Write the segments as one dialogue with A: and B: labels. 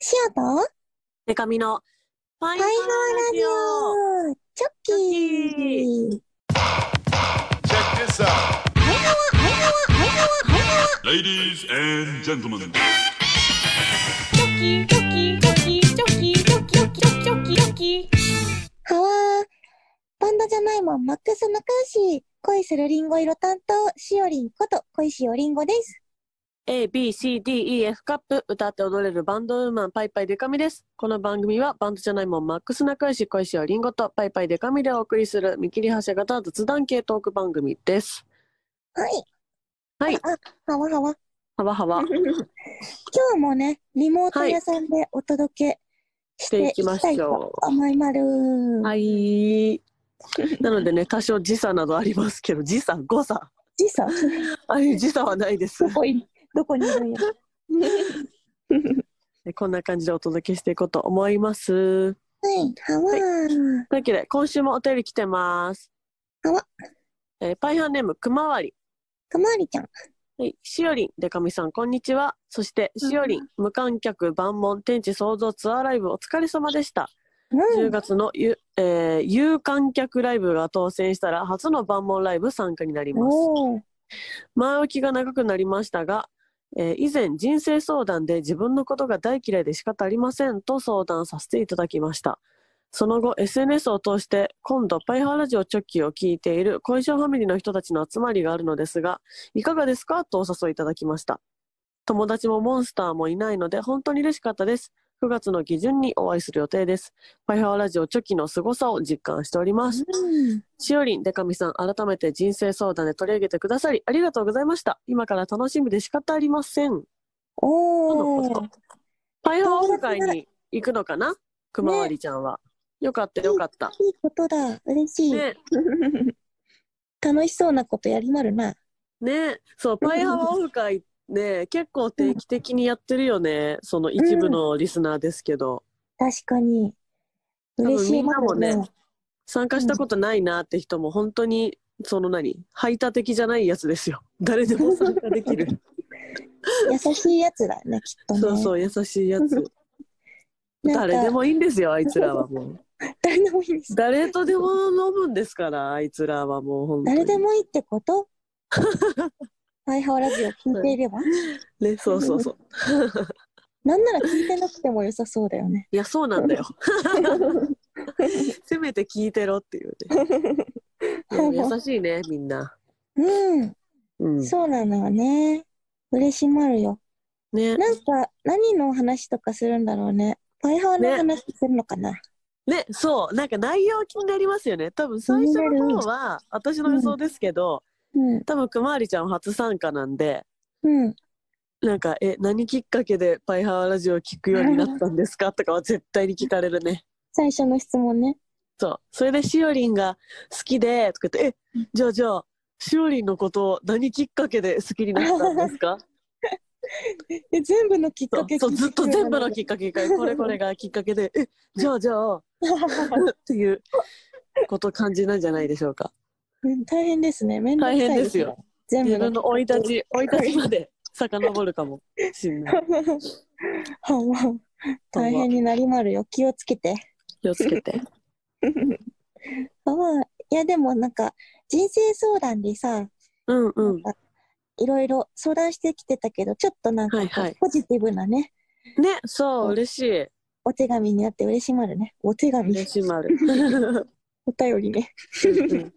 A: シオと
B: デカミのファ
A: パイ
B: イナ
A: ハー
B: ーラ
A: ラジ
B: ジオ
A: オチョッキー
C: Check this out.
A: パイハワパイハワパイハワパイハ
C: Ladies and gentlemen.
A: ワハワーバンドじゃないもんマックスマカーシー恋するリンゴ色担当シオリンこと恋しおりんごです
B: A, B, C, D, E, F カップ歌って踊れるバンドウーマンパイパイデカミです。この番組はバンドじゃないもんマックス仲良し恋しよりんごとパイパイデカミでお送りする見切り発車型雑談系トーク番組です。
A: はい
B: はい
A: あハワハワ
B: はわはわ
A: 今日もねリモート屋さんでお届けしていきたいと思いまる
B: はい。なのでね多少時差などありますけど時差誤差
A: 時差
B: あいう時差はないです
A: ど。こいどこにいるん や
B: でこんな感じでお届けしていこうと思います。
A: はいハワー
B: というわけで今週もお便り来てます。
A: あわ
B: えーパイハーネームくまわり。
A: かまわりちゃん
B: はい、しおりん、でかみさん、こんにちは。そして、しおりん、無観客、万門、天地創造ツアーライブ、お疲れ様でした。
A: うん
B: 10月のゆ、えー有観客ライブが当選したら、初の万門ライブ参加になります。
A: おー
B: 前置きが長くなりましたが、えー以前、人生相談で自分のことが大嫌いで仕方ありませんと相談させていただきました。その後、SNS を通して、今度、パイハーラジオチョッキーを聞いている、小石ファミリーの人たちの集まりがあるのですが、いかがですかとお誘いいただきました。友達もモンスターもいないので、本当に嬉しかったです。9月の下旬にお会いする予定です。パイハーラジオチョッキーの凄さを実感しております。
A: うん
B: しおりん、でかみさん、改めて人生相談で取り上げてくださり、ありがとうございました。今から楽しみで仕方ありません。
A: おー
B: パイハワオフ会に行くのかなくまわりちゃんは。よかった、よかった。
A: いいことだ。嬉しい。
B: ね、
A: 楽しそうなことやりまるな。
B: ね、そう、パイハワオフ会ね、結構定期的にやってるよね。その一部のリスナーですけど、
A: 確かに。嬉しい
B: 多分みんなもね参加したことないなって人も本当に、その何排他的じゃないやつですよ。誰でも参加できる。
A: 優しいやつだね、きっとね。
B: そうそう、優しいやつ。
A: なんか
B: 誰でもいいんですよ、あいつらはも う。
A: 誰でもいいです。
B: 誰とでも飲むんですから、あいつらはもう本当に。
A: 誰でもいいってこと ハイハワラジオ聞いていれば、
B: ね、そうそうそう。
A: なんなら聞いてなくても良さそうだよね。
B: いや、そうな んだよ。せめて聞いてろっていう ね。でも優しいね、みんな。
A: うん、
B: うん。
A: そうなのよね。嬉しまるよ。
B: ね。
A: なんか、何の話とかするんだろうね。パイハワの話するのかな、
B: ね、そう。なんか内容気になりますよね。多分最初の方は、私の予想ですけど、
A: うん。
B: 多分くまわりちゃんは初参加なんで、
A: うん。
B: なんか、え、何きっかけでパイハワラジオを聞くようになったんですかとかは絶対に聞かれるね。
A: 最初の質問ね。
B: そう。それでしおりんが好きで、とか言って、え、じゃあじゃあ、しおりんのことを何きっかけで好 きになったんですか
A: え全部のきっ
B: そ
A: か
B: う
A: け
B: そうずっと全部の
A: き
B: きっかけが、これこれがきっかけで、え、じゃあじゃあ、っていうこと感じなんじゃないでしょうか。
A: 大変ですね面倒くさい
B: 大変ですよ
A: 全
B: 自
A: 部
B: 分
A: の
B: の生い立ち、生い立ちまで遡るかもしんない。
A: はは 大変になりまるよ気をつけて
B: 気をつけて。
A: はいやでもなんか人生相談でさ
B: うんう
A: なんん。かいろいろ相談してきてたけどちょっとなんかこう
B: はいはい
A: ポジティブなね
B: ね、そう、嬉しい。
A: お手紙になって嬉しまるねお手紙
B: 嬉しま る。
A: お便りね
B: うんうん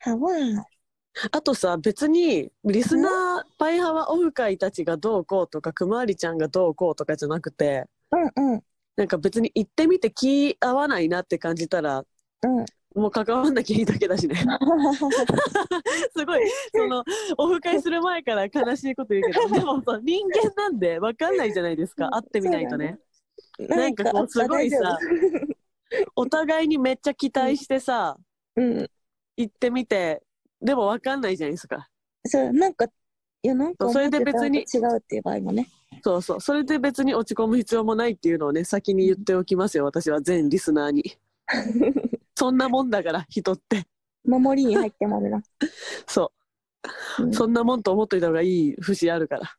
A: はは
B: あとさ別にリスナーパイハワオフ会たちがどうこうとかくまわりちゃんがどうこうとかじゃなくて
A: うんうん
B: なんか別に行ってみて気合わないなって感じたら
A: うん
B: もう関わんなきゃいいだけだ しねすごいそのオフ会する前から悲しいこと言うけどでもさ人間なんで分かんないじゃないですか会ってみないとね なんかこうすごい
A: あ
B: さ
A: 大丈
B: お互いにめっちゃ期待してさ
A: 夫うん
B: 行ってみてでも分かんないじゃないですか
A: そうなんかいやなんか
B: それで
A: 思ってたのと
B: 別に
A: 違うっていう場合もね
B: そうそう。それで別に落ち込む必要もないっていうのをね、先に言っておきますよ。私は全リスナー に。そんなもんだから、人って。
A: 守りに入ってもらうな。
B: そうう。
A: ん
B: そんなもんと思っといた方がいい節あるから。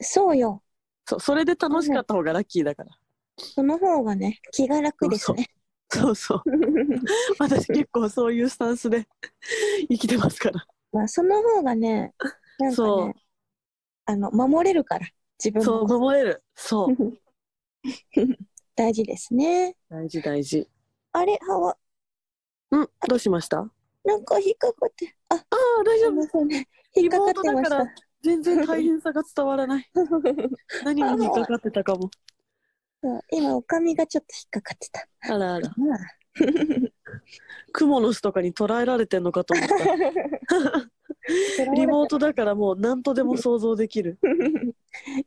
A: そうよ。
B: そう、それで楽しかった方がラッキーだから。
A: その方がね、気が楽ですね。
B: そうそう。私結構そういうスタンスで 生きてますから。
A: まあ、その方がね、なんか
B: そう
A: ね、あの、守れるから、自分
B: そう、
A: も。
B: 守れる。そう。
A: 大事ですね。
B: 大事大事。
A: あれ、はわ、
B: うん、どうしましたあ
A: なんか引っかかって、あ、
B: あ、大
A: す
B: 丈
A: い
B: 夫
A: ま。せんね。引っかかってまし
B: リモートだか
A: た
B: ら。全然大変さが伝わら ない。何に引っかかってたかも。
A: そう今、おかみがちょっと引っかかってた。
B: あらあら。
A: まあ、
B: 蜘蛛の巣とかに捕らえられてんのかと思った。リモートだからもう何とでも想像で きる。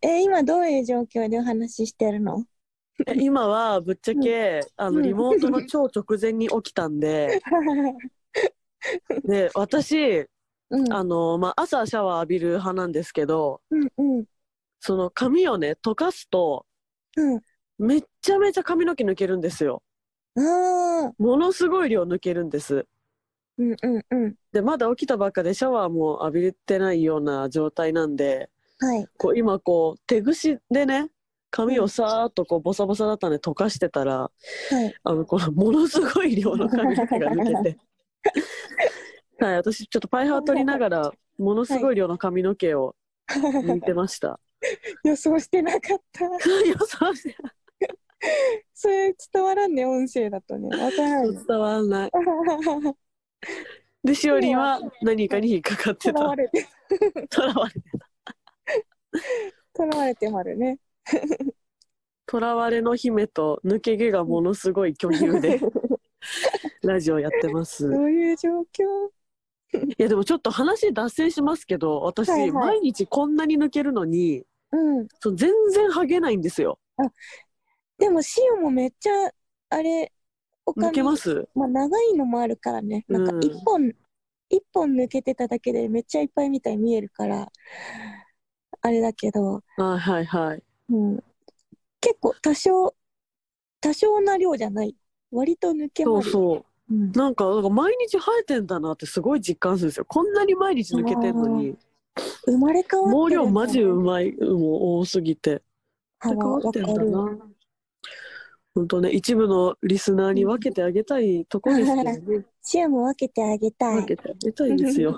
A: え、今どういう状況でお話ししてるの
B: え今はぶっちゃけ、あの
A: うん
B: リモートの超直前に起きたんで、で私
A: うん、
B: あのまあ朝シャワー浴びる派なんですけど、
A: うん、うん、
B: その髪をね溶かすと
A: うん。
B: めっちゃめちゃ髪の毛抜けるんですよ。
A: ああ、
B: ものすごい量抜けるんです。
A: うん、うん、うん。
B: でまだ起きたばっかでシャワーも浴びれてないような状態なんで、
A: はい。
B: こう今こう手ぐしでね髪をさーっとこうボサボサだったんで溶かしてたら、
A: はい
B: あのこのものすごい量の髪の毛が抜 けてはい私ちょっとパイハー取りながらものすごい量の髪の毛を抜いてました、
A: 予想してなかった。
B: 予想して
A: それ伝わらんね、音声だとね。わからん。
B: 伝わんない でしおりんは何かに引っかかって
A: とら
B: た
A: われて、
B: とらわれ
A: とらわれてまるね。
B: とらわれの姫と抜け毛がものすごい巨乳でラジオやってます
A: どういう状況
B: いやでもちょっと話脱線しますけど私、
A: はいはい
B: 毎日こんなに抜けるのに
A: うん。
B: そう全然ハゲないんですよ
A: でも、シオもめっちゃ、あれ、お
B: 抜け
A: ま
B: ます
A: あ、長いのもあるからね。なんか
B: う、ん
A: 一本、一、本抜けてただけで、めっちゃいっぱいみたいに見えるから、あれだけど、
B: はいはいはい
A: うん。結構、多少、多少な量じゃない。割と抜け
B: そ
A: ま
B: う
A: る。
B: そ
A: うん
B: うなんかなんか毎日生えてんだなってすごい実感するんですよこんなに毎日抜けてんのに
A: 生まれ変わっ
B: 毛
A: てる
B: 量
A: んだ
B: マジうまいもう多すぎて
A: あ
B: 変わってんだ
A: わかる
B: な本当ね一部のリスナーに分けてあげたいとこですけどね、
A: シアも分けてあげた
B: 分
A: い。
B: けてあげたいです よ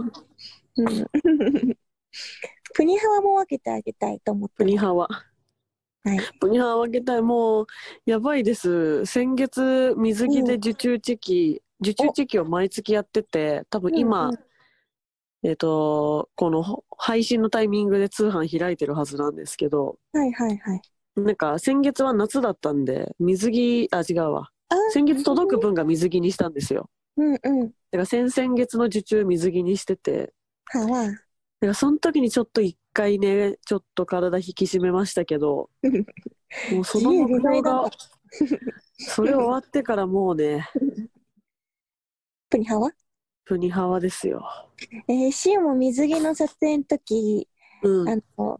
A: うん プニハワも分けてあげたいと思って
B: プ
A: る
B: ニハワ。
A: はい
B: プニハワ分けたい。もう、やばいです。先月、水着で受注チェキ、受注チェキを毎月やってて、多分今、
A: うんうん
B: えっ、と、このほ配信のタイミングで通販開いてるはずなんですけど、
A: はいはいはい。
B: なんか先月は夏だったんで、水着、あ、違うわ
A: あ。
B: 先月届く分が水着にしたんですよ。
A: うんうん。
B: だから先々月の受注水着にしてて、
A: ハワ。
B: だからその時にちょっと一回ね、ちょっと体引き締めましたけ ど、もうその目標が、それ終わってからもうね、
A: プニハワ
B: プニハワですよ。
A: えー、シアも水着の撮影の時、
B: うん。
A: あの、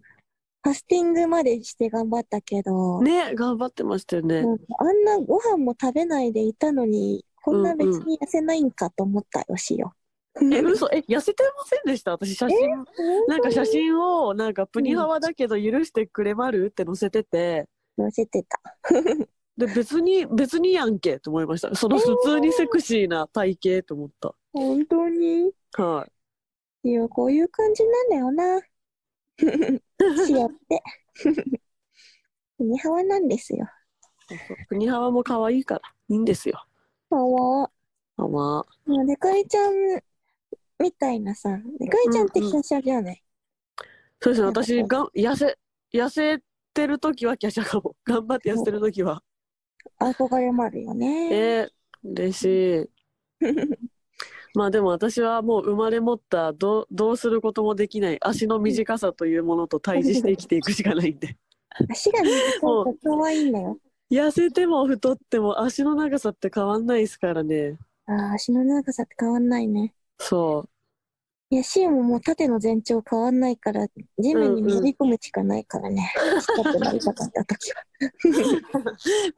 A: ファスティングまでして頑張ったけど、
B: ね、頑張ってましたよね
A: う。んあんなご飯も食べないでいたのに、こんな別
B: うんうん
A: に痩せないんかと思ったよ、シオ。
B: え、嘘、え、痩せてませんでした私写真、なんか写真を、なんかプニハワだけど許してくれまるって載せてて、
A: 痩せてた。
B: で、別に、別にやんけと思いました。その普通にセクシーな体型と思っ
A: 本当に
B: た。はい。
A: シオ、こういう感じなんだよ な。シオって。プニハワなんですよ。
B: プニハワも可愛いから、いいんですよ。
A: ハワ。
B: まあまあ。
A: もう、でかいちゃんみたいなさ、でかいちゃんって
B: うんうん
A: 華奢じゃない、
B: そうですね、
A: なんかこう
B: 私が痩せ、痩せてる時は華奢かも。 頑張って痩せてる時は。
A: 憧れもあるよね。
B: えー、嬉しい。まあでも私はもう生まれ持ったどう、どうすることもできない足の短さというものと対峙して生きていくしかないん で。
A: 足が短いと可愛いんだよ。
B: 痩せても太っても足の長さって変わんないですからね。
A: ああ、足の長さって変わんないね。
B: そ
A: いや、シーももう縦の全長変わんないから、地面にめり込むしかないからね。 ちっちゃくなりたかった時は。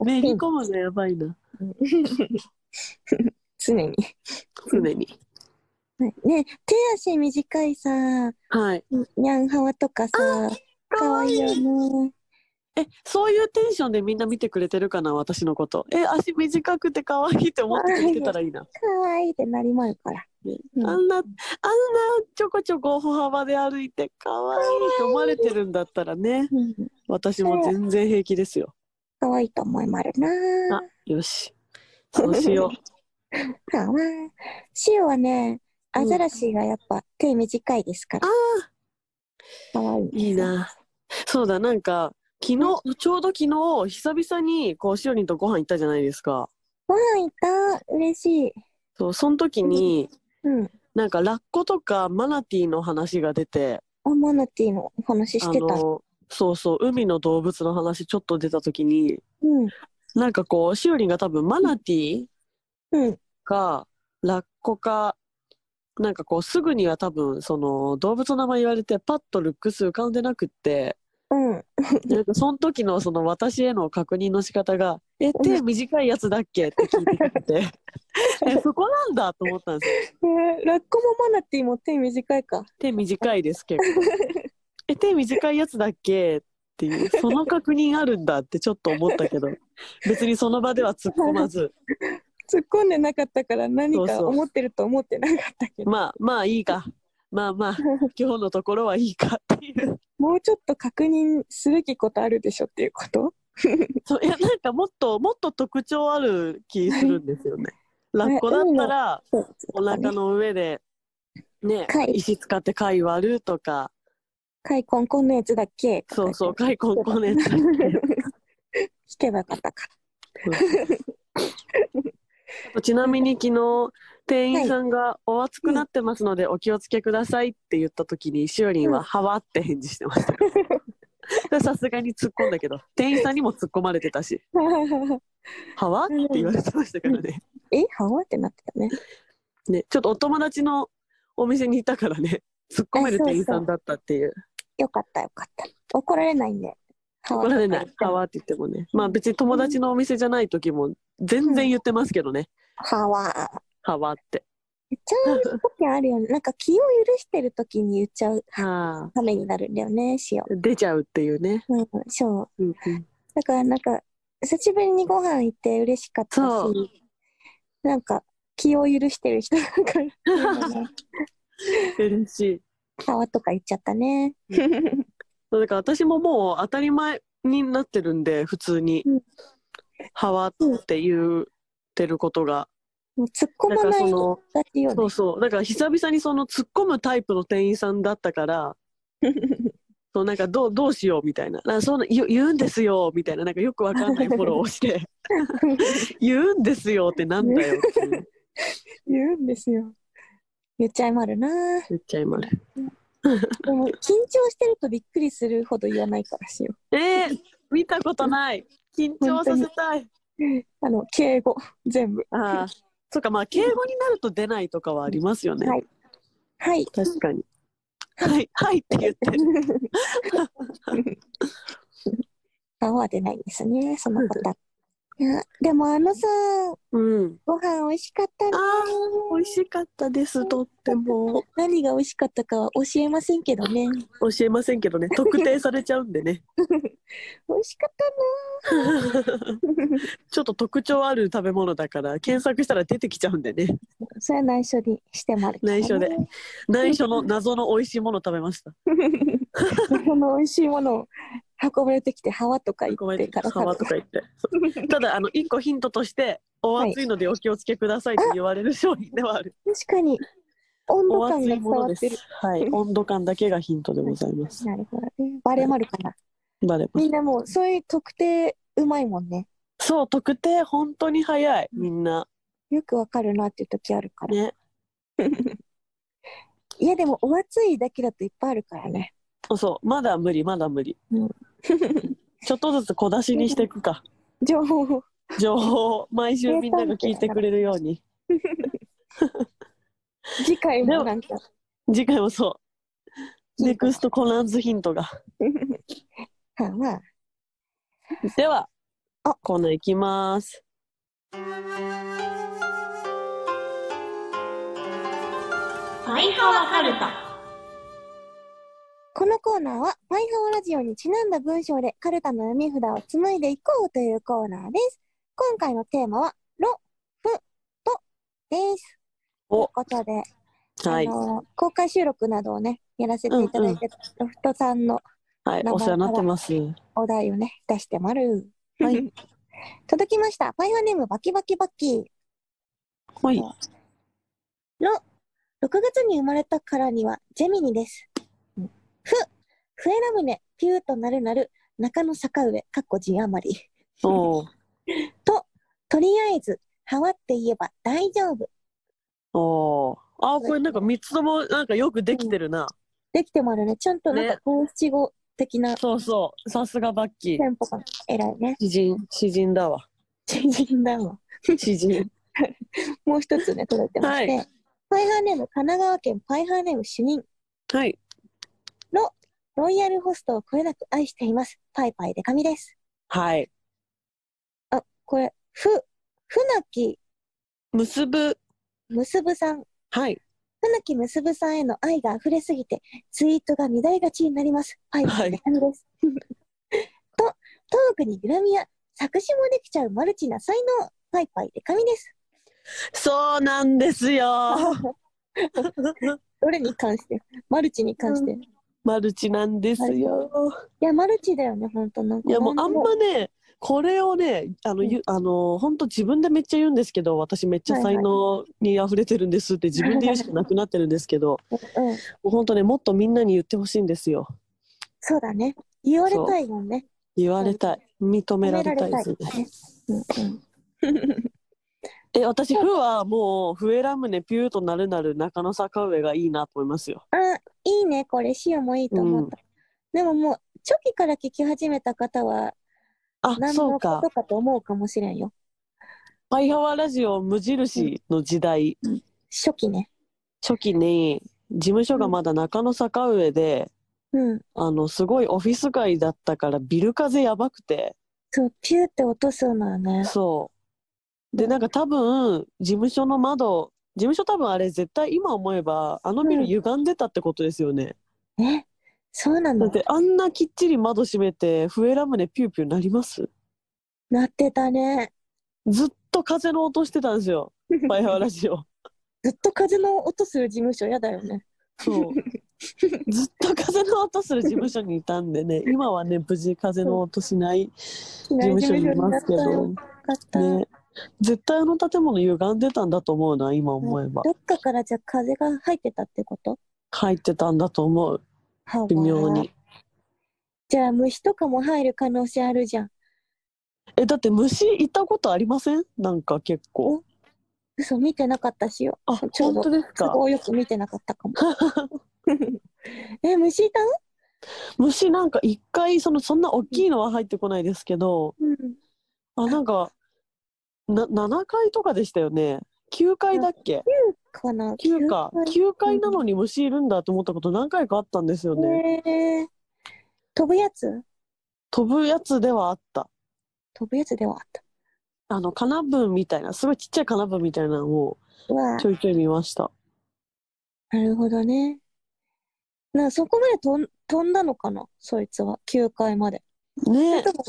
B: う。めり込むのやばいな。
A: 常に。
B: 常に。
A: はいねえ手足短いさ、
B: はい。
A: ニャンハワとかさ、可愛いよね。
B: え、そういうテンションでみんな見てくれてるかな、私のこと。え、足短くて可愛いって思ってくれてたらいいな。
A: かわいいってなりまうから。
B: ね
A: うん
B: あんな、あんなちょこちょこ歩幅で歩いて可愛いって思われてるんだったらね、
A: うん
B: 私も全然平気ですよ。
A: かわいいと思いまるな
B: あ、よし。そうしよ
A: かわいい。シオはね、
B: うん
A: アザラシがやっぱ手短いですから。かわいい。
B: う。いいな。そうだ、なんか、昨日、ちょうど昨日、久々に、こう、しおりんとご飯行ったじゃないですか。
A: ご飯いた嬉しい。
B: そう、その時に、
A: うん。
B: なんか、ラッコとかマナティーの話が出て、
A: あ、マナティーのお話してた。
B: あのそうそう海の動物の話ちょっと出た時に
A: うん。
B: なんかこうしおりんが多分マナティー
A: うん。
B: かラッコかなんかこうすぐには多分その動物の名前言われてパッとルックス浮かんでなくって
A: うん。
B: なんかその時のその私への確認の仕方が「え 手短いやつだっけ?」って聞いてくれてえそこなんだと思ったんですよ
A: えーラッコもマナティーも手短いか。
B: 手短いです結構え手短いやつだっけっていうその確認あるんだってちょっと思ったけど別にその場では突っ込ま ず
A: 突っ込んでなかったから何
B: そう
A: か
B: そう
A: 思ってると思ってなかったけど。
B: まあまあいいかまあまあ今日のところはいいかっていう
A: もうちょっと確認すべきことあるでしょっていうこと
B: そういやなんかもっともっと特徴ある気するんですよねラッコだったらお腹の上でね
A: 貝
B: 石使って貝割るとか
A: カイコンこんなやつだっけ
B: そうそう
A: とか
B: 貝こんこねつ
A: 言って聞けばよかったか。
B: ちなみに昨日店員さんが「お熱くなってますのでお気をつけください」って言った時にしおりん
A: う
B: は「はわ」って返事してましたよで さすがに突っ込んだけど店員さんにも突っ込まれてたし「はわ?」って言われてましたからね
A: えハワってなってたね。
B: ねちょっとお友達のお店にいたからね突っ込める店員さんだったっていう
A: よかったよかった。怒られないんで。
B: 怒られない「
A: ハ
B: は
A: ワ
B: わ」って言ってもねまあ別に友達のお店じゃない時も全然言ってますけどね
A: ハワ
B: 「はわ」って
A: 言っちゃう時あるよね。なんか気を許してる時に言っちゃう
B: はあ
A: ためになるんだよね、しよ
B: 出ちゃうっていうね、
A: う。うん、そう。
B: うんうん
A: だからなんか、久しぶりにご飯行って嬉しかった
B: そう
A: し、なんか気を許してる人だから、いいよね
B: 嬉しい
A: ハワとか言っちゃったね。
B: そうだから私ももう当たり前になってるんで普通に
A: うん
B: 「はわ」って言ってることが
A: もう突っ込
B: だか
A: ま
B: ら
A: な
B: そ
A: い
B: の
A: がちよね
B: そうそうだから久々にその突っ込むタイプの店員さんだったからそうなんかどうどうしようみたいななんかその言う言うんですよみたいななんかよくわかんないフォローをして 言うんですよってなんだよっていう
A: 言うんですよ。言っちゃいまるな。で
B: 言っちゃいまる
A: も緊張してるとびっくりするほど言わないからしよ。
B: えー、見たことない緊張させたいう
A: あの、敬語、全部。
B: ああそうかまあ敬語になると出ないとかはありますよね、
A: はいはい。
B: 確かに。はい、はいって言ってる。
A: 顔は出ないんですね、そのことは。いやでもあのさ、
B: うん。
A: ご飯美味しかったね。
B: ああ、美味しかったです。とっても。
A: 何が美味しかったかは教えませんけどね。
B: 教えませんけどね、特定されちゃうんで ね。
A: 美味しかった
B: ちょっと特徴ある食べ物だから、検索したら出てきちゃうんでね。
A: な。それは内緒にしてもある、
B: 内緒で。内緒の謎の美味しいもの食べました。
A: この美味しいものを運ばれてきて、ハワとか言
B: ごめ
A: っ
B: んね
A: て、から
B: 皮とか言って。そうただ、あの、一個ヒントとして、お熱いのでお気をつけくださいって言われる商品ではある。
A: 確かに温
B: お
A: 度感
B: 熱
A: が
B: い
A: 伝
B: も
A: わ
B: ので
A: っ
B: す
A: てる。。
B: はい。温度感だけがヒントでございます。
A: なるほどね。バレまるかな。
B: バレます
A: みんなもうそういう特定うまいもんね。
B: そう、特定本当に早い、みんな。
A: よくわかるなっていう時あるから。
B: ね。
A: いやでもお熱いだけだといっぱいあるからね。
B: そう、まだ無理、まだ無理。
A: うん
B: ちょっとずつ小出しにしていくか。
A: 情報を。
B: 情報を毎週みんなが聞いてくれるように。
A: 次回もなんか。
B: 次回もそう。ネクストコナンズヒントが。
A: はあまあ。
B: では
A: あ、
B: コーナーいきます。
D: マイカワカルタ。
A: このコーナーは、マイハオラジオにちなんだ文章でカルタの読み札を紡いでいこうというコーナーです。今回のテーマは、ロ、フ、トです。という
B: お、
A: ことで、
B: はい
A: あ。の公開収録などをね、やらせていただいて、ロフトさんの
B: はい。お世話になってます。
A: お題をね、出してまる。はい。 届きました。マイハオネーム、バキバキバキ。
B: はい。
A: ロ、6月に生まれたからにはジェミニです。ふ、笛ラムネ、ピューとなるなる、中野坂上、かっこ字余り。
B: おー
A: とりあえず、はわって言えば大丈夫。
B: おーあー、これなんか3つともなんかよくできてるな。
A: できてもあるね。ちゃんとなんか
B: ね
A: 五七五的な
B: そうそう。さすがバッキー
A: テ。ンポ感。偉いね。
B: 詩人、詩人だわ。
A: 詩人だわ。
B: 詩人。
A: もう一つね、届いてまして。
B: は
A: パイハーネーム、神奈川県パイハーネーム主任。
B: はい。
A: ロイヤルホストをこよなく愛しています。パイパイでかみです。
B: はい。
A: あ、これ、ふ、ふなき
B: 結ぶ。
A: むすぶさん。
B: はい。
A: 船木結ぶさんへの愛が溢れすぎて、ツイートが乱れがちになります。はい、
B: はい
A: 中身です。 と、トークにグラミや作詞もできちゃうマルチな才能、パイパイで神です。
B: そうなんで すよ。
A: どれに関してマルチに関して。
B: う
A: い
B: マルチなんですよ。
A: や、マルチだよね、ほんと。なんか
B: いやもうあ
A: なん
B: ん
A: で
B: まね、これをね、あの、
A: うん
B: ゆあの本当自分でめっちゃ言うんですけど、私めっちゃ
A: はいはい
B: 才能に溢れてるんですって自分で言うしかなくなってるんですけど、
A: うん、
B: もう本当ね、もっとみんなに言ってほしいんですよ。
A: そうだね。言われたいもんね。
B: 言われたい。認められたいですね。
A: うんうん
B: え、私、ふはもう、笛ラムネピューとなるなる中野坂上がいいなと思いますよ。
A: あ、いいね、これ、シオもいいと思った。でももう、初期から聞き始めた方は、
B: あ、
A: 何
B: そう
A: の
B: か
A: こ。とかと思うかもしれんよ。
B: パイハワラジオ無印の時代、
A: 初期ね。
B: 初期に、事務所がまだ中野坂上で、
A: うん。
B: あの、すごいオフィス街だったから、ビル風やばくて、
A: そう、ピューって落とすのよね。
B: そう。で、なんか多分、事務所の窓、事務所多分あれ絶対今思えば、あのビ
A: う
B: ル
A: ん
B: 歪んでたってことですよね。
A: え、そうな
B: だ
A: の
B: ってあんなきっちり窓閉めて、笛ラムネピューピューなります
A: なってたね。
B: ずっと風の音してたんで すよ。バイハワラジオ。
A: ずっと風の音する事務所、やだよね。
B: そう。ずっと風の音する事務所にいたんでね、今はね、無事風の音しない事
A: ない
B: 務所にいますけ
A: 事務所
B: ど
A: に、よかった。
B: ね、絶対あの建物歪んでたんだと思うな、今思えば。
A: どっかからじゃあ風が入ってたってこと
B: 入ってたんだと思う、
A: はあ
B: 微妙に。
A: じゃあ虫とかも入る可能性あるじゃん。
B: え、だって虫いたことありませんなんか結構。
A: 嘘、見てなかったしよ。
B: あ、
A: ちょう
B: 本
A: ど
B: 当です
A: 都
B: か。
A: 合よく見てなかった かも。え、虫いたの
B: 虫なんか一回、その、そんな大きいのは入ってこないですけど、
A: うん。
B: あ、なんか、な、7階とかでしたよね。9階だっけ
A: かな
B: 9か
A: 九
B: 9階なのに虫いるんだと思ったこと何回かあったんですよね、
A: えー飛ぶやつ
B: 飛ぶやつではあった
A: 飛ぶやつではあった。
B: あの金分みたいなすごいちっちゃい金分みたいなのを
A: うわあ
B: ちょいちょい見ました
A: なるほどね。なそこまで飛ん飛んだのかなそいつは。9階まで。
B: ねえ
A: でも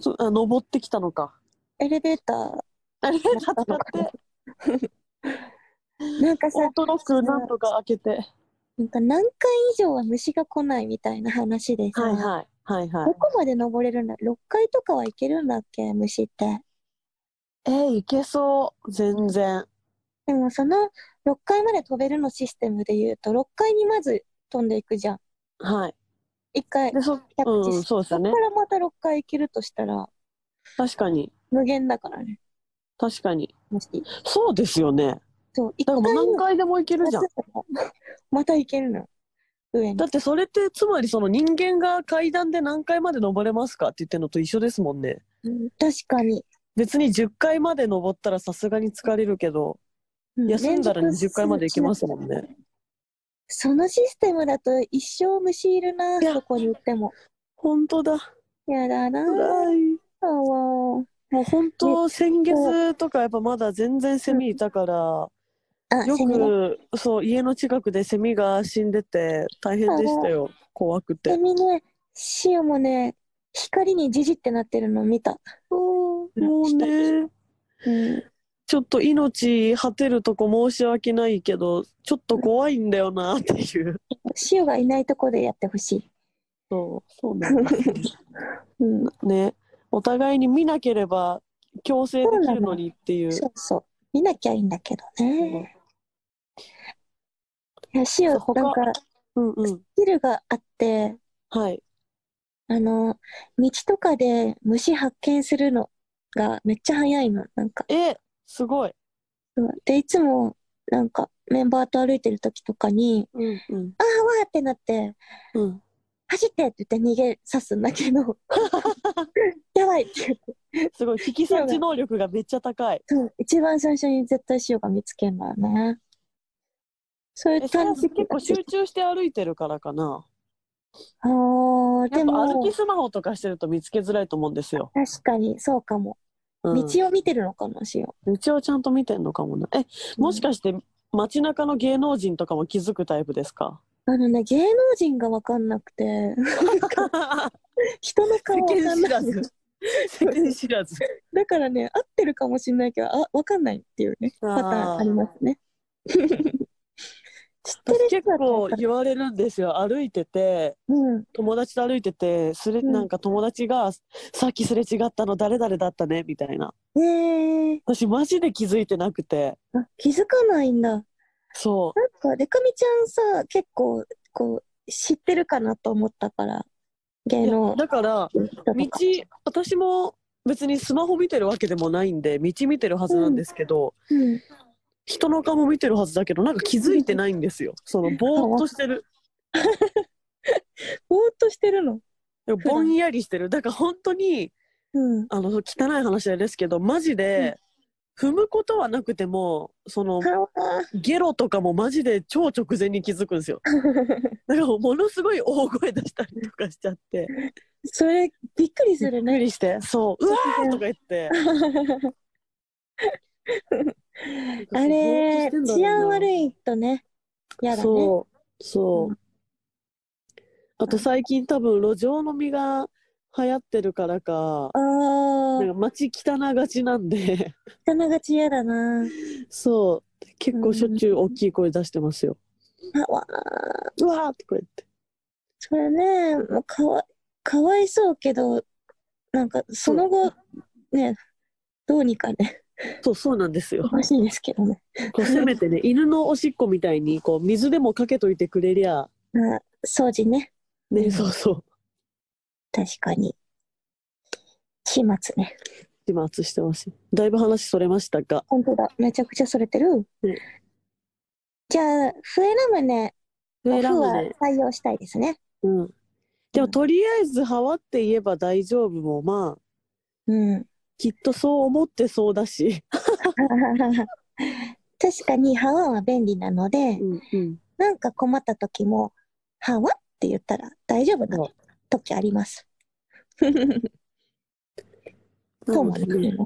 B: そあ登ってきたのか
A: エレベーター
B: あれ使
A: なか
B: っ
A: ったのかな
B: て。
A: なんかさ、
B: オートロックなんとか開けて
A: なんか何階以上は虫が来ないみたいな話でさ、
B: はいはいはいは
A: ど
B: い
A: こまで登れるんだ ?6 階とかは行けるんだっけ虫って。
B: えー、いけそう全然
A: でもその6階まで飛べるのシステムで言うと、6階にまず飛んでいくじゃん。
B: はい
A: 1回
B: でそ
A: 着地して
B: うんそうです
A: そ
B: よね
A: こからまた6階行けるとしたら、
B: 確かに
A: 無限だからね。
B: 確かに
A: 虫。
B: そうですよね
A: そう、1
B: だからもう
A: 階
B: 何
A: の
B: 回でもいけるじゃん
A: また行けるのよ。上に
B: だ。ってそれってつまりその人間が階段で何階まで登れますかって言ってるのと一緒ですもんね
A: うん確かに。
B: 別に10階まで登ったらさすがに疲れるけど
A: うん
B: 休んだら
A: 連続
B: 20階まで行けますもんね
A: そのシステムだと一生虫いるな、
B: いや
A: そこに行っても。
B: 本当だ
A: やだな
B: 辛い
A: あわー
B: もう本当先月とかやっぱまだ全然セミいたから
A: あ、
B: よ
A: セミね。
B: くそう家の近くでセミが死んでて大変でしたよ怖く
A: セ
B: て
A: ミね、シオもね、光にじじってなってるの見た。
B: もうね
A: うん。
B: ちょっと命果てるとこ申し訳ないけどちょっと怖いんだよなっていう
A: シオがいないとこでやってほしい。
B: そうそうなんだよね
A: うん。
B: ねお互いに見なければ強制できるのにっていう
A: そうそう。見なきゃいいんだけどね。いや、シオ、
B: そう他
A: なんか、
B: うんうん
A: ビルがあって、
B: はい
A: あの、道とかで虫発見するのがめっちゃ早いの。なんか。
B: えすごい
A: そうで、いつも、なんか、メンバーと歩いてる時とかに、
B: うんうん
A: あーわーってなって、
B: うん
A: 走ってって言って逃げさすんだけ ど、やばいって言って
B: すごい引き察知能力がめっちゃ高い
A: そう、一番最初に絶対塩が見つけんだよね。そうい
B: え
A: う
B: それは
A: 感
B: 結
A: じ
B: 構集中して歩いてるからかな
A: あー
B: や
A: で
B: っぱ
A: も
B: 歩き、スマホとかしてると見つけづらいと思うんですよ。
A: 確かにそうかも。
B: うん、
A: 道を見てるのかも、塩。
B: 道をちゃんと見てんのかもな。え、もしかして街中の芸能人とかも気づくタイプで すか
A: あのね、芸能人がわかんなく て、人の
B: 世
A: 顔わか
B: 間
A: ん
B: 知
A: な
B: ら
A: い。
B: ず。世間知らず。
A: だからね、合ってるかもしれないけど、あ、わかんないっていうね、パターンあります ね。知ってる
B: 私
A: 人
B: 結
A: だと
B: 構
A: わかる
B: 言われるんですよ。歩いてて、
A: うん。
B: 友達と歩いてて、すれ、
A: うん
B: なんか友達が、さっきすれ違ったの誰々だったね、みたいな。
A: えー、
B: 私マジで気づいてなくて。
A: あ気づかないんだ。
B: そ
A: なんか、でかみちゃんさ、結構、こう、知ってるかなと思ったから、
B: う。
A: 芸
B: いや
A: 能
B: だから、
A: 人とか。
B: 道私も別にスマホ見てるわけでもないんで道見てるはずなんですけど、
A: うん。
B: 人の顔も見てるはずだけどなんか気づいてないんですよそのぼーっとしてる
A: ぼーっとしてるの。
B: ぼんやりしてるだから本当に
A: うん。
B: あの汚い話ですけどマジで、踏むことはなくてもその
A: 顔が。
B: ゲロとかもマジで超直前に気づくんですよだからものすごい大声出したりとかしちゃって
A: それ、びっくりする
B: 無
A: ね。
B: 理してそううわーとか言 って
A: あれ、治安
B: い
A: 悪いとね、やだね。
B: そうそう、
A: う
B: あと最近多分路上飲みが流行ってるからか
A: あ
B: なん
A: ー、
B: か街汚がちなんで
A: 人のがち嫌だな。
B: そう結構しょっちゅう大きい声出してますよ、
A: あわー
B: うわーってこうやって
A: それね、もうかわ、かわいそうけど、なんか、その後、ね、どうにかね、
B: そうそうなんです よ
A: おかしいですけどね。
B: こうせめてね犬のおしっこみたいにこう水でもかけといてくれりゃ
A: まあ、掃除ね。
B: ねそうそう
A: 確かに。始末ね。
B: 始末してますよだいぶ話それましたが
A: 本当だ。めちゃくちゃそれてる。
B: うん
A: じゃあ、笛ラムネ、
B: ウ
A: オ
B: ェラ
A: フ
B: ム
A: は
B: ネ
A: 採用したいですね。
B: うんでもとりあえず「はわって言えば大丈夫」もまあ
A: うん。
B: きっとそう思ってそう だし、
A: 確かに、ハワは便利なので、なんか困った時も、ハワって言ったら大丈夫な
B: そう
A: 時あり ます。
B: な
A: そう
B: の
A: なん
B: で
A: ですね
B: ね。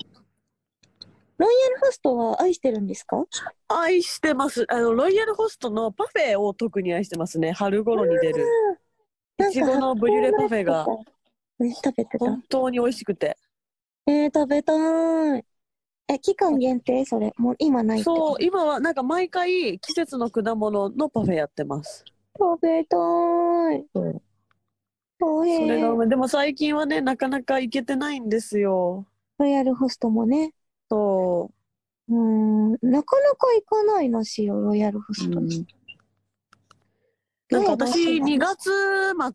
A: ロイヤルホストは愛してるんですか
B: 愛してますあのロイヤルホストのパフェを特に愛してますね春頃に出る
A: ない
B: ちごのブリュレパフェが。
A: ね、食べてた。
B: 本当に美味しくて
A: えー、食べたい。え、期間限定それ。もう今ないって
B: そ
A: こ
B: う今はなんか毎回季節の果物のパフェやってます
A: と。食べたい。
B: そう
A: お
B: それ
A: へ
B: がうまいでも最近はねなかなか行けてないんですよ
A: ロイヤルホストもね。
B: そう
A: ーん、なかなか行かないなしよ、ロイヤルホスト。
B: なんか私
A: どう
B: 2
A: いう
B: 月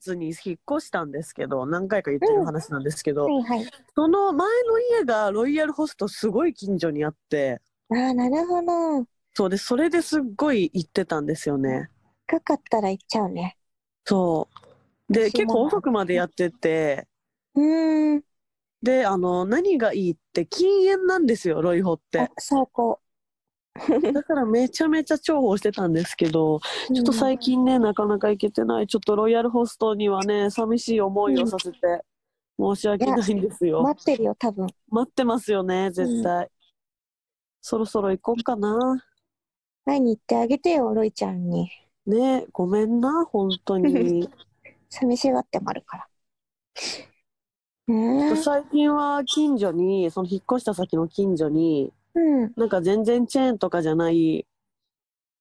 B: 末に引っ越したんですけど何回か言ってる話なんですけど、
A: はいはい。
B: その前の家がロイヤルホストすごい近所にあって
A: ああ、なるほど。
B: そうでそれですっごい行ってたんですよね
A: かかったら行っちゃうね。
B: そうで
A: 私も
B: 結構遅くまでやってて
A: うーん、
B: であの何がいいって禁煙なんですよロイホっ
A: あ
B: て、
A: 最高。
B: だからめちゃめちゃ重宝してたんですけど
A: ち
B: ちょっと最近ねなかなか行けてないちょっとロイヤルホストにはね寂しい思いをさせて申し訳ないんですよ、
A: 待ってるよ、多分。
B: 待ってますよね絶対、そろそろ行こうかな
A: 会いに行ってあげてよ、ロイちゃんに。
B: ねえごめんな本当に
A: 寂しがってもあるから。ねえ。
B: 最近は近所にその引っ越した先の近所に
A: うん。
B: なんか全然チェーンとかじゃない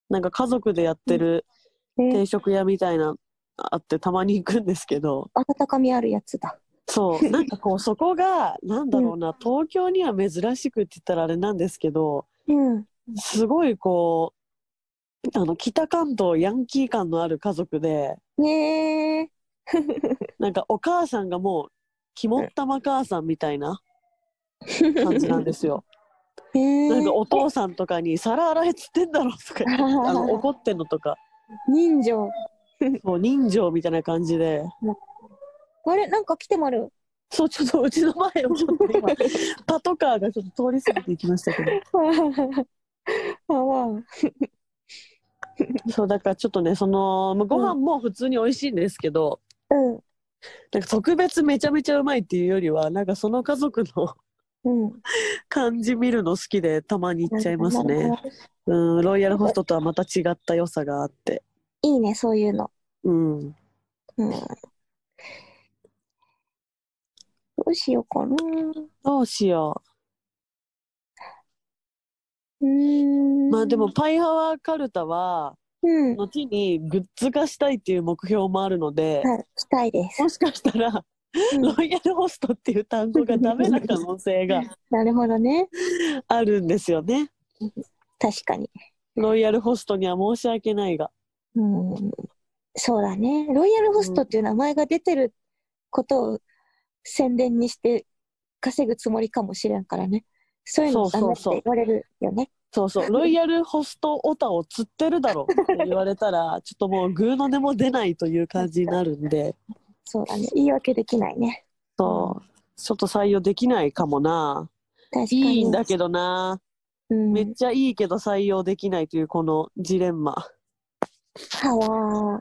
B: なんか家族でやってる
A: ね
B: 定食屋みたいなあってたまに行くんですけど
A: 温かみあるやつだ。
B: そうなんかこうそこがなんだろうな東京には珍しくって言ったらあれなんですけど
A: うん。
B: すごいこうあの北関東ヤンキー感のある家族で
A: ねえ。
B: なんかお母さんがもう肝っ玉母さんみたいな感じなんです よ。
A: ねえ。
B: なんかお父さんとかに「皿洗えっつってんだろ」とか言ってあの怒ってんのとか
A: 人情。
B: もう人情みたいな感じで
A: あれなんか来てもら う。
B: そうちょっとうちの前をちょっと今 パトカーがちょっと通り過ぎていきましたけど
A: あわ
B: そうだからちょっとねそのまあご飯も普通に美味しいんですけど、
A: うん。
B: なんか特別めちゃめちゃうまいっていうよりはなんかその家族の
A: うん。
B: 感じ見るの好きでたまに行っちゃいます
A: なる
B: ね
A: ほど。
B: うんロイヤルホストとはまた違った良さがあって
A: いいね、そういうの。
B: う
A: う
B: ん
A: ん。どうしようかな。
B: どうしよ
A: うーん。
B: うまあでも、パイハワーカルタは
A: うん。は
B: 後にグッズ化したいっていう目標もあるので
A: い、したい です。
B: もしかしたら
A: うん
B: ロイヤルホストっていう単語がダメな可能性が
A: なるほどね。
B: あるんですよね
A: 確かに。
B: ロイヤルホストには申し訳ないが
A: うん。そうだね。ロイヤルホストっていう名前が出てることを宣伝にして稼ぐつもりかもしれんからね。そういうのダメって言われるよね。
B: そうそう、ロイヤルホストオタを釣ってるだろって言われたら、ちょっともうグーの音も出ないという感じになるんで、
A: そうだね。言い訳できないね。
B: そう、ちょっと採用できないかもな。
A: 確かに。
B: いいんだけどな、
A: うん。
B: めっちゃいいけど採用できないというこのジレンマ。
A: はわー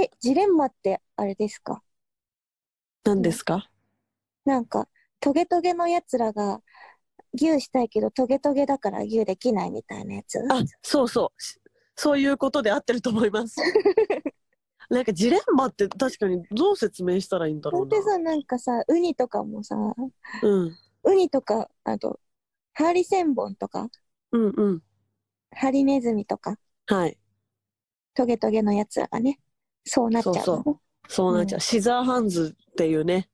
A: え、ジレンマってあれですか
B: 何ですか
A: なんか、トゲトゲのやつらが、牛したいけどトゲトゲだから牛できないみたいなやつ。
B: あ、そうそう。しそういうことで合ってると思います。なんかジレンマって確かにどう説明したらいいんだろ
A: ほ
B: うん
A: で
B: な。
A: さ、なんかさ、ウニとかもさ、
B: うん。
A: ウニとか、あと、ハリセンボンとか、
B: うんうん。
A: ハリネズミとか、
B: はい。
A: トゲトゲのやつらがね、そうなっちゃうのね。
B: そうそうなっちゃう。シザーハンズっていうね、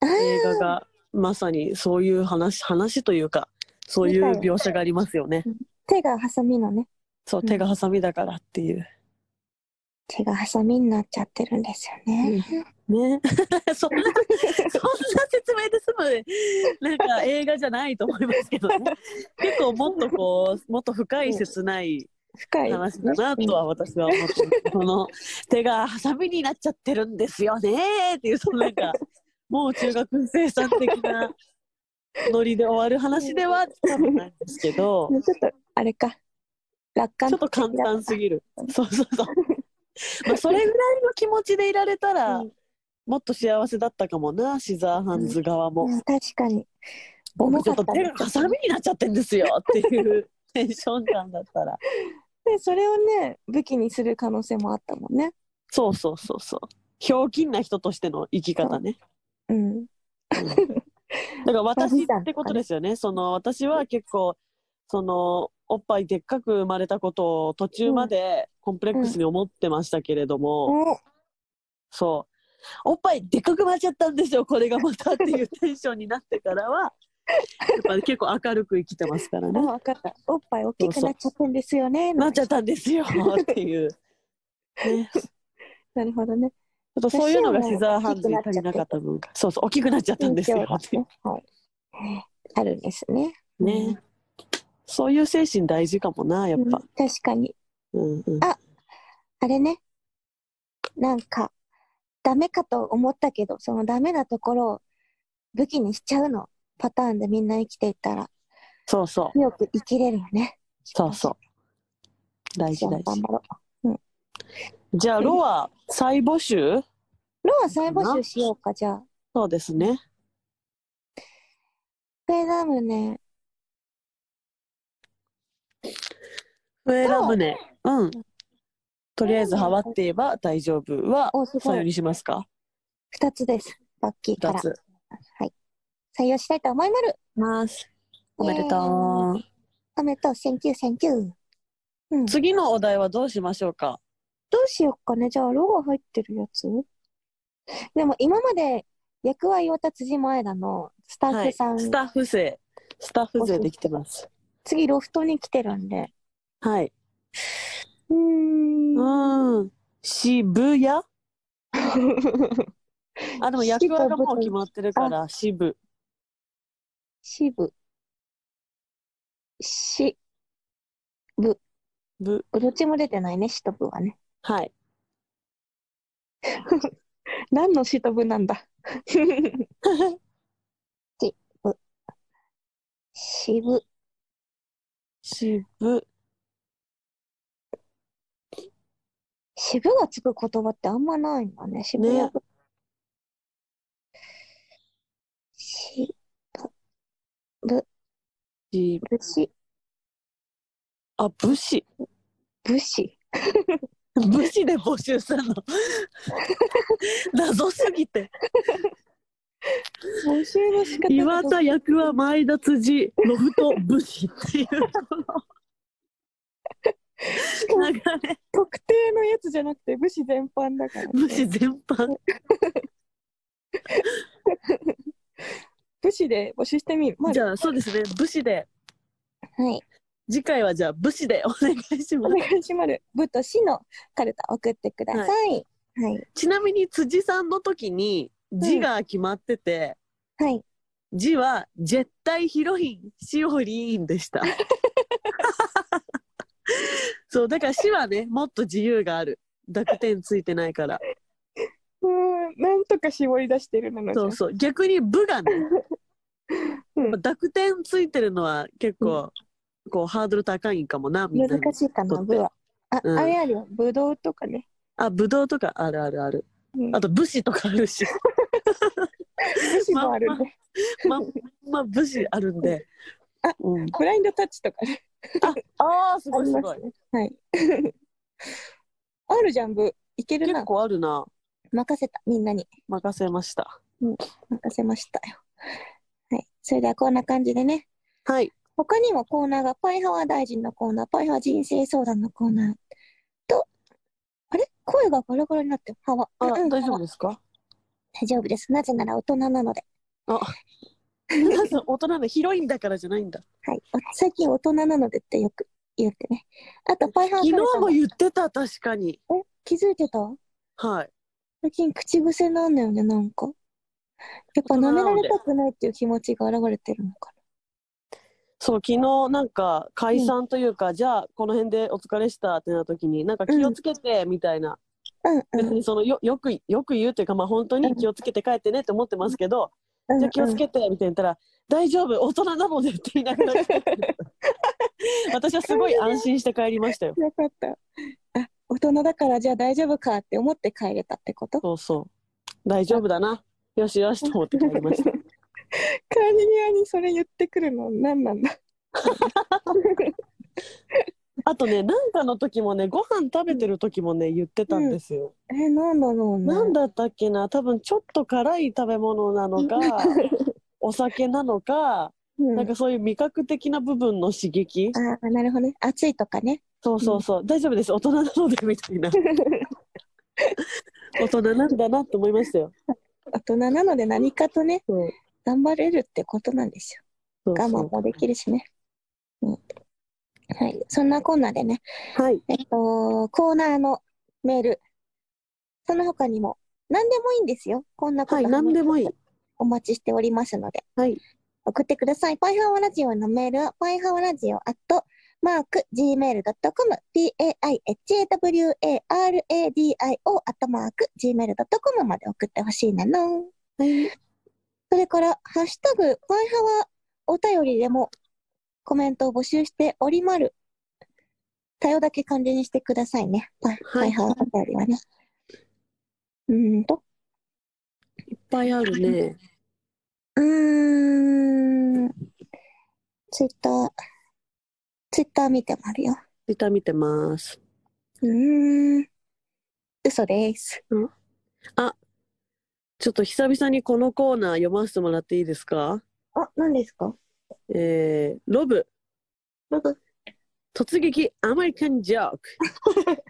A: あー
B: 映画がまさにそういう話話というかそういう描写がありますよね。
A: 手がハサミのね、
B: そう
A: うん
B: 手がハサミだからっていう。
A: 手がハサミになっちゃってるんですよね。
B: ね、 そんなそんな説明で済むなんか映画じゃないと思いますけど、ね、結構もっとこうもっと深い切ない
A: 深い、ね。
B: 話だなとは私は思ってますこの手がハサミになっちゃってるんですよねっていうそのなんかもう中学生さん的なノリで終わる話では多分ないんですけど。
A: ちょっと、あれか。楽観
B: ちょっと簡単す
A: ぎ
B: ぎる。そうそうそう。まあそれぐらいの気持ちでいられたら、
A: うん
B: もっと幸せだったかもな、シザーハンズ側も。
A: 確かに。
B: 僕
A: 重
B: ちょ
A: か
B: っ
A: っ
B: と
A: た
B: 手がハサミになっちゃってんですよっていうテンション感だったら。
A: で、それをね、武器にする可能性もあったもんね。
B: そうそうそうそう。ひょうきんな人としての生き方ね。
A: うん。
B: だから私ってことですよね。 その私は結構、その、おっぱいでっかく生まれたことを途中までコンプレックスに思ってましたけれども、
A: お
B: そう。おっぱいでっかく回っちゃったんですよ、これがまたっていうテンションになってから は、やっぱり結構明るく生きてますから
A: あ、
B: ね。
A: わかった。おっぱい大きくなっちゃったんですよね。
B: なっちゃったんですよっていう。ね、ちょ
A: なるほどね。
B: っとそういうのがシザーハンズに足りなかった分か。そうそう、大きくなっちゃったんですよっていう。
A: はい。あるんですね。
B: ね。そういう精神大事かもな、やっぱ。
A: うん確かに。
B: うんうん、
A: ああれね。なんか、ダメかと思ったけど、そのダメなところを武器にしちゃうの。パターンでみんな生きていったら、
B: そうそう、
A: 強く生きれるよね。
B: そうそう。大事
A: 頑
B: 大事。
A: 張ろう。
B: じゃあ、ロは再募集
A: ロア再募集しようか、じゃあ。
B: そうですね。
A: ペダムね。
B: 上ラムネ。うん。とりあえず、はわって言えば大丈夫は、
A: お、す
B: そう
A: ご
B: いう
A: い。
B: にしますか
A: 二つです。バッキーか
B: 二
A: ら。
B: つ。
A: はい。採用したいと思いまる。
B: ます。おめでとう。
A: おめでとう、センキュー、センキュー。うん。ど
B: 次のお題はどうしましょうか
A: うしよっかね。じゃあ、ロゴ入ってるやつでも、今まで、役は岩田辻前田のスタッフさん、
B: はい、スタッフ生。スタッフ生できてます。
A: 次ロフトに来てるんで。
B: はい。
A: うー。
B: うんーん。渋谷 あ、でも役割がもう決まってるから、渋。
A: 支部。し、
B: 部。
A: どっちも出てないね、しとぶはね。
B: はい。
A: 何のしとぶなん だしぶ。しぶ。
B: 渋。
A: しぶがつく言葉ってあんまないんだね。渋谷
B: ね
A: 区。し
B: 渋
A: ぶし、
B: あ、武士。
A: ぶし。
B: 武士で募集する の。謎すぎて。
A: 募集の仕方
B: 岩田役は前田辻、ロフト武士っていうこの流れ。
A: 特定のやつじゃなくて、武士全般だから、
B: 武士全般。
A: 武士で募集してみる。ま
B: じゃあ、そうですね。武士で。
A: あ、はい。
B: 次回はじゃあ武士でお願いしま
A: お
B: す。
A: 願いします。部と市のカルタ送ってください。はい。
B: ちなみに辻さんの時に字が決まってて、
A: はい。
B: 字は絶対ヒロイン、シオリーンで した。そう、だから死はね、もっと自由がある。濁点ついてないから。
A: うん、なんとか絞り出してるなの
B: そうそう。逆に部 がね、
A: うん
B: 濁点ついてるのは結構、こうハードル高いんかもな、みんな
A: 難
B: に。
A: しいかな、
B: 取って
A: 部は。あ、
B: うん
A: あれあるよ。ぶどうとかね。
B: あ、ぶどうとかあるあるある。
A: うん、
B: あと武士とかあ るし。
A: 武士もあるんで。
B: まあ、まあ、武士あるんで。
A: あ
B: うん、
A: ブラインドタッチとかね。
B: ああ、す
A: あ
B: ごい
A: りま
B: すごい
A: す。ね。はい。 あるじゃん、部。いける
B: 結
A: な。
B: 構あるな。
A: 任せた。みんなに。
B: 任せました。
A: 任せましたよ。はい。それではこんな感じでね。
B: はい。
A: 他にもコーナーが、パイハワ大臣のコーナー、パイハワ人生相談のコーナーと、あれ声がガラガラになってる。ハワ。
B: あ、
A: うんうん
B: 大丈
A: ハ
B: 夫
A: ワ
B: ですか。
A: 大丈夫です。なぜなら大人なので。
B: なんか大人のヒロインだからじゃないんだ。
A: はい。お最近大人なのでってよく言ってね。あと、パイハワ
B: 昨日
A: カルタ
B: も
A: も
B: 言ってた、確かに。
A: え気づいてた
B: はい。
A: 最近口癖なんだよね、なんか。やっぱ舐められたくないっていう気持ちが現れてるのか
B: そう、昨日なんか解散というか、じゃあ、この辺でお疲れしたってな時に、なんか気をつけてみたいな。
A: な。うんう
B: 別
A: ん。
B: にそのよ、よく、よく言うというか、まあ、本当に気をつけて帰ってねって思ってますけど。
A: うん
B: じ
A: う
B: ゃあ
A: ん
B: 気をつけてみたいな言ったら、大丈夫大人なのでって言い ながら帰ってった私はすごい安心して帰りましたよ
A: よかった。あ、大人だからじゃあ大丈夫かって思って帰れたってこと
B: そうそう大丈夫だなよしよしと思って帰りました
A: カーディアにそれ言ってくるの何なんだ
B: あとねなんかの時もねご飯食べてる時もね言ってたんですよ、
A: え、なんだろうね。
B: なんだったっけな多分ちょっと辛い食べ物なのかお酒なのか、
A: うん
B: なんかそういう味覚的な部分の刺激
A: ああ、なるほどね。暑いとかね。
B: そうそうそう、大丈夫です大人なのでみたい な大人なんだなと思いましたよ
A: 大人なので何かとね、
B: そう
A: 頑張れるってことなんですよ。
B: そう
A: 我慢もできるしね。うん。はい。そんなこんなでね、
B: はい。
A: えっと、コーナーのメール、その他にも、何でもいいんですよ。こんなこ
B: はい、
A: と
B: 何でもいい。
A: お待ちしておりますので。
B: はい。
A: 送ってください。パイハワラジオのメールは、パイハワラジオアットマーク gmail.com、p-a-i-h-a-w-a-r-a-d-i-o アットマーク gmail.com まで送ってほしいなの。
B: はい。
A: それから、ハッシュタグ、パイハワお便りでもコメントを募集しておりまる。多様だけ漢字にしてくださいね。パイ,、
B: はい
A: パイハワお便りはね。うーんと。
B: いっぱいあるね。
A: うーん。ツイッター、ツイッター見てもあるよ。
B: ツイッター見てます。
A: うーん。嘘です。
B: ちょっと久々にこのコーナー読ませてもらっていいですか
A: あ、何ですか
B: えー、ロブ、
A: ロブ。
B: 突撃アメリカンジョー ク。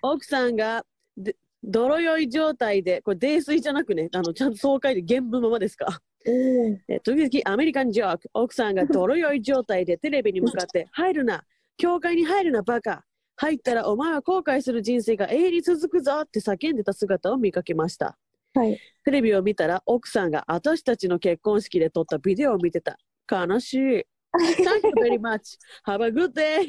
B: 奥さんが、で泥酔い状態で、これ、泥酔じゃなくね、あの、ちゃんと爽快で原文ままですか
A: うん。
B: えー時々アメリカンジョーク奥さんが泥酔い状態でテレビに向かって「入るな教会に入るなバカ入ったらお前は後悔する人生が永遠に続くぞ」って叫んでた姿を見かけました
A: はい。
B: テレビを見たら奥さんが私たちの結婚式で撮ったビデオを見てた 悲しい Thank you very much Have a good day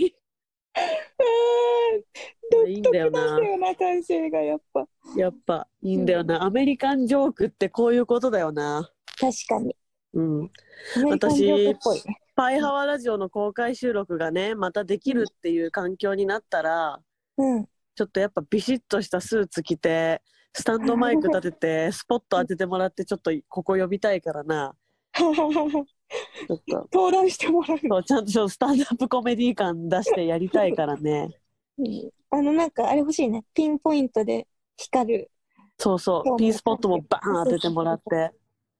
B: いいんだよな
A: よな、感性がやっぱ。
B: やっぱいいんだよなアメリカンジョークってこういうことだよな
A: 確かに。
B: うん
A: アメリカンジョークっぽいね。
B: パイハワラジオの公開収録がねまたできるっていう環境になったら、
A: うん。
B: ちょっとやっぱビシッとしたスーツ着てスタンドマイク立ててスポット当ててもらってちょっとここ呼びたいからなちょっと
A: 登壇してもらう
B: そうちゃんとちょっとスタンドアップコメディ感出してやりたいからね
A: あの、なんか、あれ欲しいね。ピンポイントで光る。
B: そうそ
A: そうう
B: ピンスポットもバーン当ててもらって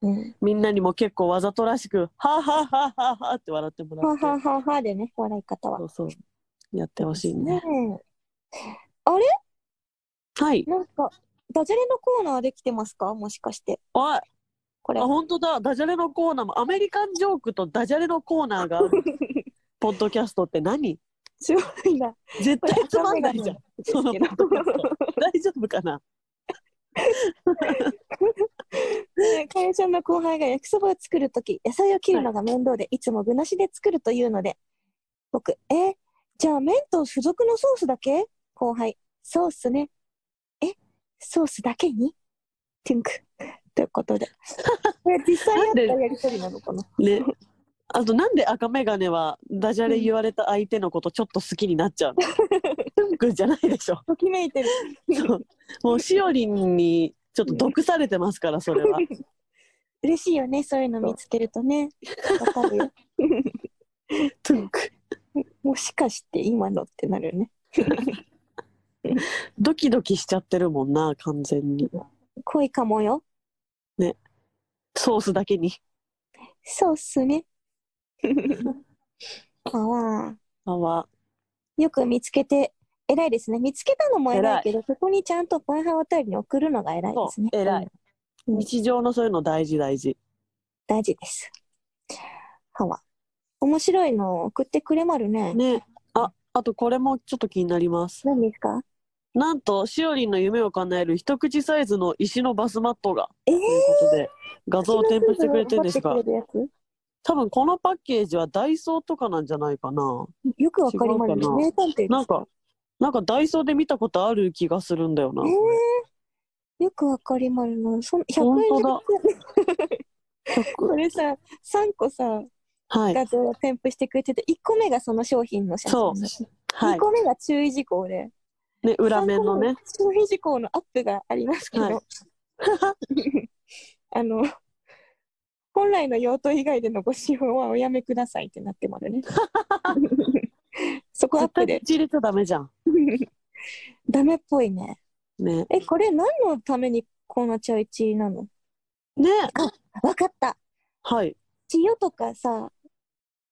A: うん。
B: みんなにも結構わざとらしく「ははははは」って笑ってもら
A: は
B: って
A: はははでね、笑い方は
B: そ。うそうやってほしいね
A: ねえ
B: はい
A: なんか、ダジャレのコーナーできてますかもしかして。
B: おい
A: これ
B: あ、。本当だ。ダジャレのコーナーも、アメリカンジョークとダジャレのコーナーがあ る。ポッドキャストって何
A: すごいな。
B: 絶対つまんないじゃん。そのポッドキャスト。大丈夫かな
A: ね 会社の後輩が焼きそばを作るとき、野菜を切るのが面倒で、い、つも具なしで作るというので、僕、え、じゃあ麺と付属のソースだけ後輩、ソースね。え、ソースだけにティンク。 ということ で。これ実際あったやりとりなのかな
B: ね。あと、なんで赤眼鏡はダジャレ言われた相手のことちょっと好きになっちゃうのトゥンクじゃないでしょ。
A: ときめい てる。
B: そうもう、しおりんにちょっと毒されてますから、それは。
A: 嬉しいよね、そういうの見つけるとね。わかる よ。
B: トゥンク。
A: もしかして今のってなるよね。
B: ドキドキしちゃってるもんな、完全に。
A: 恋かもよ。
B: ソースだけ に。
A: そうっすね。あわ
B: あわ。
A: ーよく見つけて、偉いですね。見つけたのも偉いけど、ここにちゃんとパンハワタりに送るのが偉いですね。
B: そう偉い
A: うん
B: 日常のそういうの大事大事。
A: 大事です。はわ。面白いのを送ってくれまるね。
B: ねああとこれもちょっと気になります
A: 何ですか
B: なんとしおりんの夢を叶える一口サイズの石のバスマットが
A: えー
B: ということで、画像を添付してくれてるんですが
A: 送ってくれるや
B: 多分このパッケージはダイソーとかなんじゃないかな
A: つよくわかりまる
B: 違うか
A: ね。
B: な
A: 名探偵です
B: なんかなんかダイソーで見たことある気がするんだよな、
A: えーよくわかりまるな。そん100円
B: 本当だ
A: でこ
B: 曲
A: れさ、3個さ、
B: はい
A: 画像を添付してくれてて、1個目がその商品の写
B: そ
A: 真で
B: うは
A: 2
B: い
A: 個目が注意事項で、
B: ね裏面のね
A: 3個目の注意事項のアップがありますけど、
B: はい
A: あの、本来の用途以外でのご使用はおやめくださいってなってまるね。そこアッ
B: 絶
A: プ
B: 対
A: で。
B: 口入れちゃダメじゃん
A: ダメっぽいね。
B: ね
A: え、これ何のためにこのチョイチなの
B: ね
A: わかった
B: はい
A: 塩とかさ、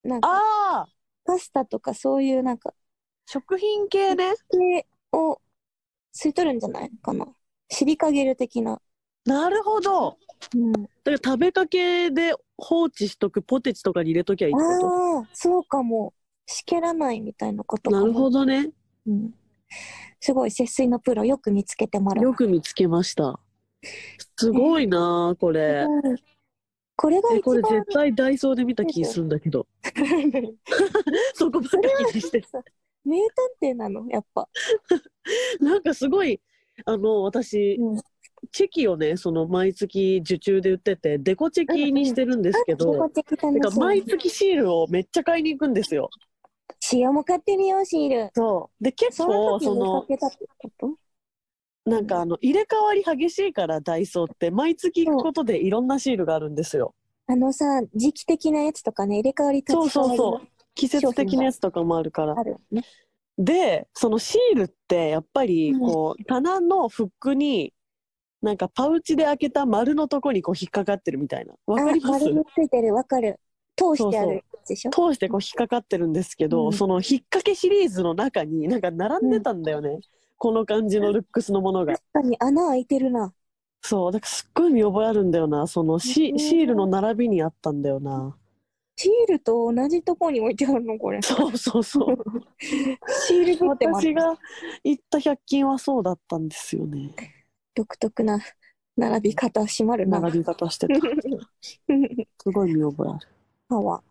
A: なんか
B: ああ
A: パスタとかそういうなんか、
B: 食品系ね
A: 系を吸い取るんじゃないのかな。尻かげる的な。
B: なるほど
A: うん
B: だから食べかけで放置しとくポテチとかに入れときゃいいってこと
A: ああ、そうかも。しけらないみたいなことか
B: な
A: も
B: るほどね。
A: うん。すごい、節水のプロ、よく見つけてもらう。
B: よく見つけました。すごいなあこれ。
A: うんこれが
B: え
A: 一
B: これ
A: 番
B: 絶、対ダイソーで見た気するんだけど。そこばっか気 に して。
A: 名探偵なの、やっぱ。
B: なんかすごい、あの、私、
A: うん
B: チェキをね、その毎月受注で売ってて、デコチェキにしてるんですけ
A: あ
B: ど、
A: 自己的楽
B: てか
A: しみ
B: 毎月シールをめっちゃ買いに行くんですよ。
A: 塩も買ってみよう、シール。
B: そう。で、結
A: その
B: 構、
A: 時
B: そ
A: 見
B: の
A: か、けたってこと
B: なんかあの、入れ替わり激しいから、ダイソーって、毎月行くことでいろんなシールがあるんですよ。
A: あのさ、時期的なやつとかね、入れ替わり立
B: そ
A: ち
B: う
A: 替わ
B: そう
A: り
B: そ
A: の
B: う。季節的なやつとかもあるから。
A: あるよね。
B: でそのシールってやっぱり
A: うん
B: こう、棚のフックになんかパウチで開けた丸のとこにこう引っかかってるみたいなわかり
A: あ
B: ます
A: 丸についてる、わかる。通してあるやつでしょ
B: 通してこう引っかかってるんですけど、
A: うん
B: その引っ掛けシリーズの中になんか並んでたんだよね、この感じのルックスのものが
A: 確かに穴開いてるな。
B: そうだからすっごい見覚えあるんだよなそのシ
A: うん
B: シールの並びにあったんだよな
A: シールと同じとこに置いてあるのこれ。
B: そうそうそう
A: シールブッてもある
B: 私が行った100均はそうだったんですよね
A: 独特な並び方閉まるな。
B: 並び方 してた すごい見覚えある
A: パワー。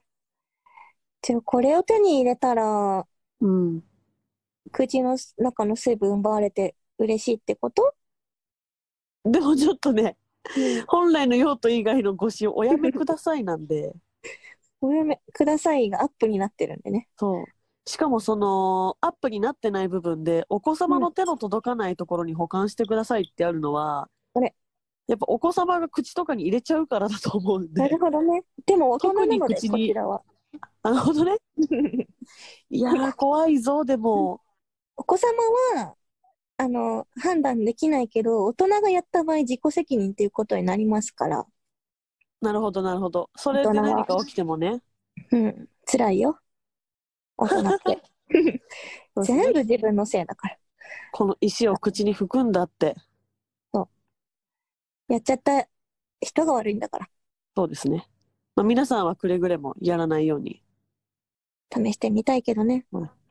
A: じゃあこれを手に入れたら、
B: うん
A: 口の中の水分奪われて嬉しいってこと
B: でもちょっとね本来の用途以外のご使用おやめくださいなんで
A: おやめくださいがアップになってるんでね。
B: そうしかもそのアップになってない部分でお子様の手の届かないところに保管してくださいってあるのは、
A: あれ
B: やっぱお子様が口とかに入れちゃうからだと思うん
A: な
B: で
A: るほどね。でも大人なので、こ
B: 特に口に
A: ちらは。
B: なるほどねいやー怖いぞでも
A: お子様は、あの、判断できないけど、大人がやった場合自己責任ということになりますから、
B: なるほどなるほどそれで何か起きてもね
A: うん、辛いよ。大人 って。全部自分のせいだから。
B: この石を口に含んだって
A: やっちゃった人が悪いんだから、
B: そうですね、まあ、皆さんはくれぐれもやらないように
A: 試してみたいけどね。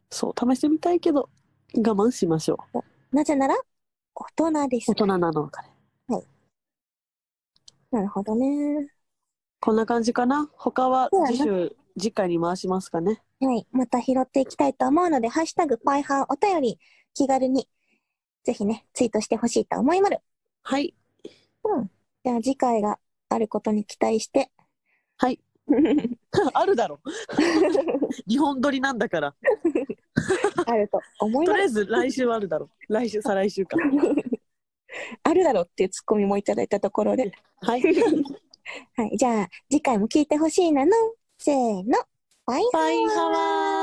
B: そう試してみたいけど我慢しましょう
A: なぜなら、大人です
B: 大。人なのかね
A: なるほどね。
B: こんな感じかな他は
A: そうやな
B: 次週次回に回しますかね
A: はい。また拾っていきたいと思うので、ハッシュタグ、パイハーお便り、気軽に、ぜひね、ツイートしてほしいと思いまる。
B: はい
A: じゃあ次回があることに期待して。
B: はいあるだろ日本撮りなんだから
A: あると思い
B: と
A: ま
B: りあ
A: す。
B: えず来週はあるだろ来週再来週か
A: あるだろうっていうツッコミもいただいたところで。
B: はい
A: はい。じゃあ、次回も聞いてほしいなの。せーの。バイバイ
B: バイハワー